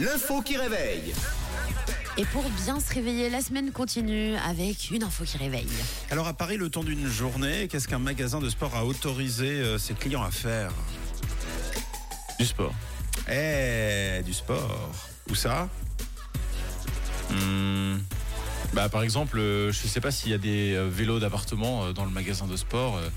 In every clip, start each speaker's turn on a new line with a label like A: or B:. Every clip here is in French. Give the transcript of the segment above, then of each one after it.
A: L'info qui réveille.
B: Et pour bien se réveiller, la semaine continue avec une info qui réveille.
C: Alors à Paris, le temps d'une journée, qu'est-ce qu'un magasin de sport a autorisé euh, ses clients à faire
D: Du sport.
C: Eh, du sport. Où ça
D: Hmm. Bah, par exemple, euh, je ne sais pas s'il y a des euh, vélos d'appartement euh, dans le magasin de sport. euh,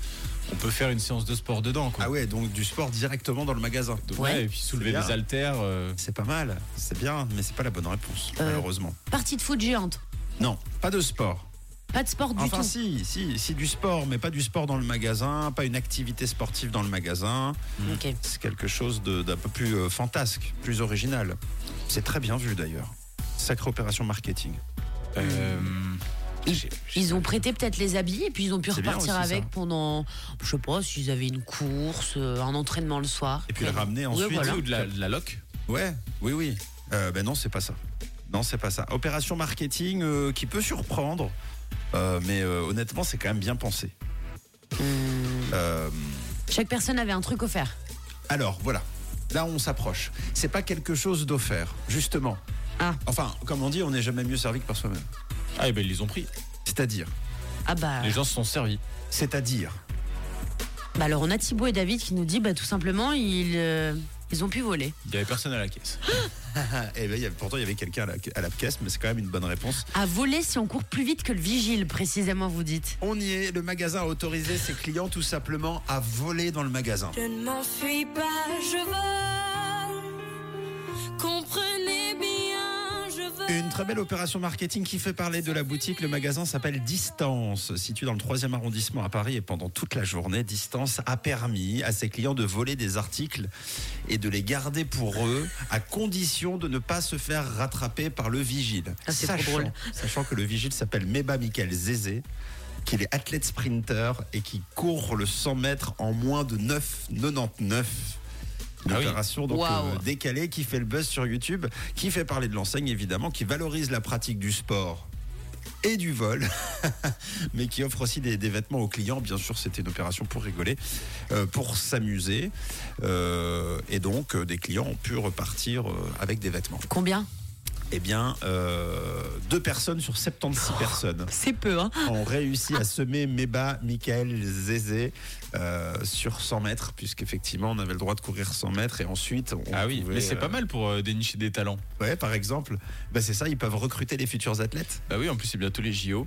D: on peut faire une séance de sport dedans. Quoi.
C: Ah ouais, donc du sport directement dans le magasin.
D: Donc,
B: ouais.
D: ouais, et puis soulever
C: C'est bien.
D: des haltères. euh,
C: C'est pas mal, c'est bien, mais c'est pas la bonne réponse,
B: Euh.
C: malheureusement.
B: Partie de foot géante.
C: Non, pas de sport.
B: Pas de sport du
C: Enfin
B: tout.
C: si, si, si du sport, mais pas du sport dans le magasin, pas une activité sportive dans le magasin.
B: Ok.
C: C'est quelque chose de- d'un peu plus euh, fantasque, plus original. C'est très bien vu d'ailleurs. Sacrée opération marketing. Hmm.
D: euh, j'ai- j'ai-
B: Ils ont prêté peut-être les habits et puis ils ont pu
C: C'est bien
B: repartir
C: aussi,
B: avec
C: ça.
B: pendant, je sais pas, s'ils avaient une course, euh, un entraînement le soir.
C: Et puis le ramener ensuite.
B: voilà.
D: Ou de la, de la loque.
C: Ouais, oui, oui. Euh, ben non, c'est pas ça. Non, c'est pas ça. Opération marketing euh, qui peut surprendre, euh, mais euh, honnêtement, c'est quand même bien pensé. Euh,
B: Chaque personne avait un truc offert.
C: alors, voilà. Là, on s'approche. C'est pas quelque chose d'offert, justement.
B: Ah.
C: Enfin, comme on dit, on n'est jamais mieux servi que par soi-même.
D: Ah, et ben ils les ont pris.
C: C'est-à-dire,
B: Ah bah,
D: Les gens se sont servis.
C: c'est-à-dire,
B: bah alors on a Thibaut et David qui nous dit bah tout simplement ils, euh, ils ont pu voler.
D: Il n'y avait personne à la caisse.
C: Eh ben, il y avait- pourtant, il y avait quelqu'un à la, à la caisse, mais c'est quand même une bonne réponse.
B: À voler si on court plus vite que le vigile précisément vous dites.
C: On y est. Le magasin a autorisé ses clients tout simplement à voler dans le magasin.
E: Je ne m'enfuis pas, je veux. Comprenez bien, je veux.
C: Une très belle opération marketing qui fait parler de la boutique. Le magasin s'appelle Distance, situé dans le 3e arrondissement à Paris. Et pendant toute la journée, Distance a permis à ses clients de voler des articles et de les garder pour eux, à condition de ne pas se faire rattraper par le vigile.
B: Ah, c'est trop drôle.
C: sachant que le vigile s'appelle Meba Michael Zézé, qu'il est athlète sprinter et qui court le 100 mètres en moins de 9,99. Une
D: Ah oui.
C: opération donc,
B: Waouh.
C: euh, décalée qui fait le buzz sur YouTube, qui fait parler de l'enseigne évidemment, qui valorise la pratique du sport et du vol, mais qui offre aussi des, des vêtements aux clients. Bien sûr, c'était une opération pour rigoler, euh, pour s'amuser. Euh, et donc, euh, des clients ont pu repartir euh, avec des vêtements.
B: Combien
C: Eh bien, euh, deux personnes sur 76 personnes
B: C'est peu hein.
C: ont réussi à semer Meba, Michael, Zézé euh, sur 100 mètres, puisqu'effectivement, on avait le droit de courir 100 mètres et ensuite. on
D: Ah oui,
C: pouvait,
D: mais c'est
C: euh,
D: pas mal pour euh, dénicher des talents.
C: Ouais, par exemple. Bah, c'est ça, ils peuvent recruter les futurs athlètes.
D: Bah oui, en plus, c'est bientôt les JO.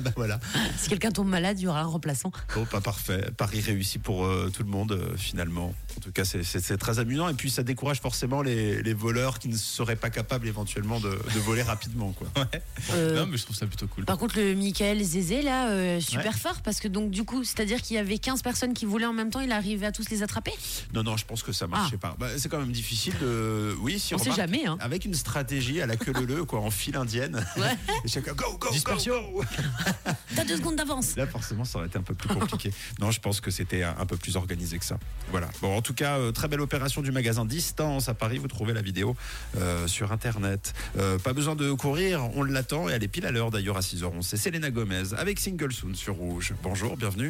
C: bah, voilà.
B: Si quelqu'un tombe malade, il y aura un remplaçant.
C: Bon, pas parfait. Paris réussi pour euh, tout le monde, euh, finalement. En tout cas, c'est- c'est c'est très amusant. Et puis, ça décourage forcément les, les voleurs qui ne seraient pas capables éventuellement de, de voler rapidement. Quoi.
B: Euh,
C: Bah
D: Non, mais je trouve ça plutôt cool.
B: Par contre, le Michael Zézé, là, euh, super
C: Ouais.
B: fort, parce que donc, du coup, c'est-à-dire qu'il y avait 15 personnes qui voulaient en même temps, il arrivait à tous les attraper
C: Non, non, je pense que ça marchait pas. Bah, c'est quand même difficile de. Oui, si
B: Ah. On
C: on,
B: sait
C: remarque,
B: jamais, hein.
C: Avec une stratégie à la queue leu quoi, en file indienne.
B: Ouais.
C: Et chacun, go, go,
D: Dispersion.
C: go, go.
B: T'as deux secondes d'avance
C: Là, forcément, ça aurait été un peu plus compliqué. non, je pense que c'était un, un peu plus organisé que ça. Voilà. Bon, en tout cas, euh, très belle opération du magasin Distance à Paris. Vous trouvez la vidéo euh, sur Internet. Euh, pas besoin de courir, on l'attend et elle est pile à l'heure d'ailleurs à 6h11. C'est Selena Gomez avec Single Soon sur Rouge. Bonjour, bienvenue.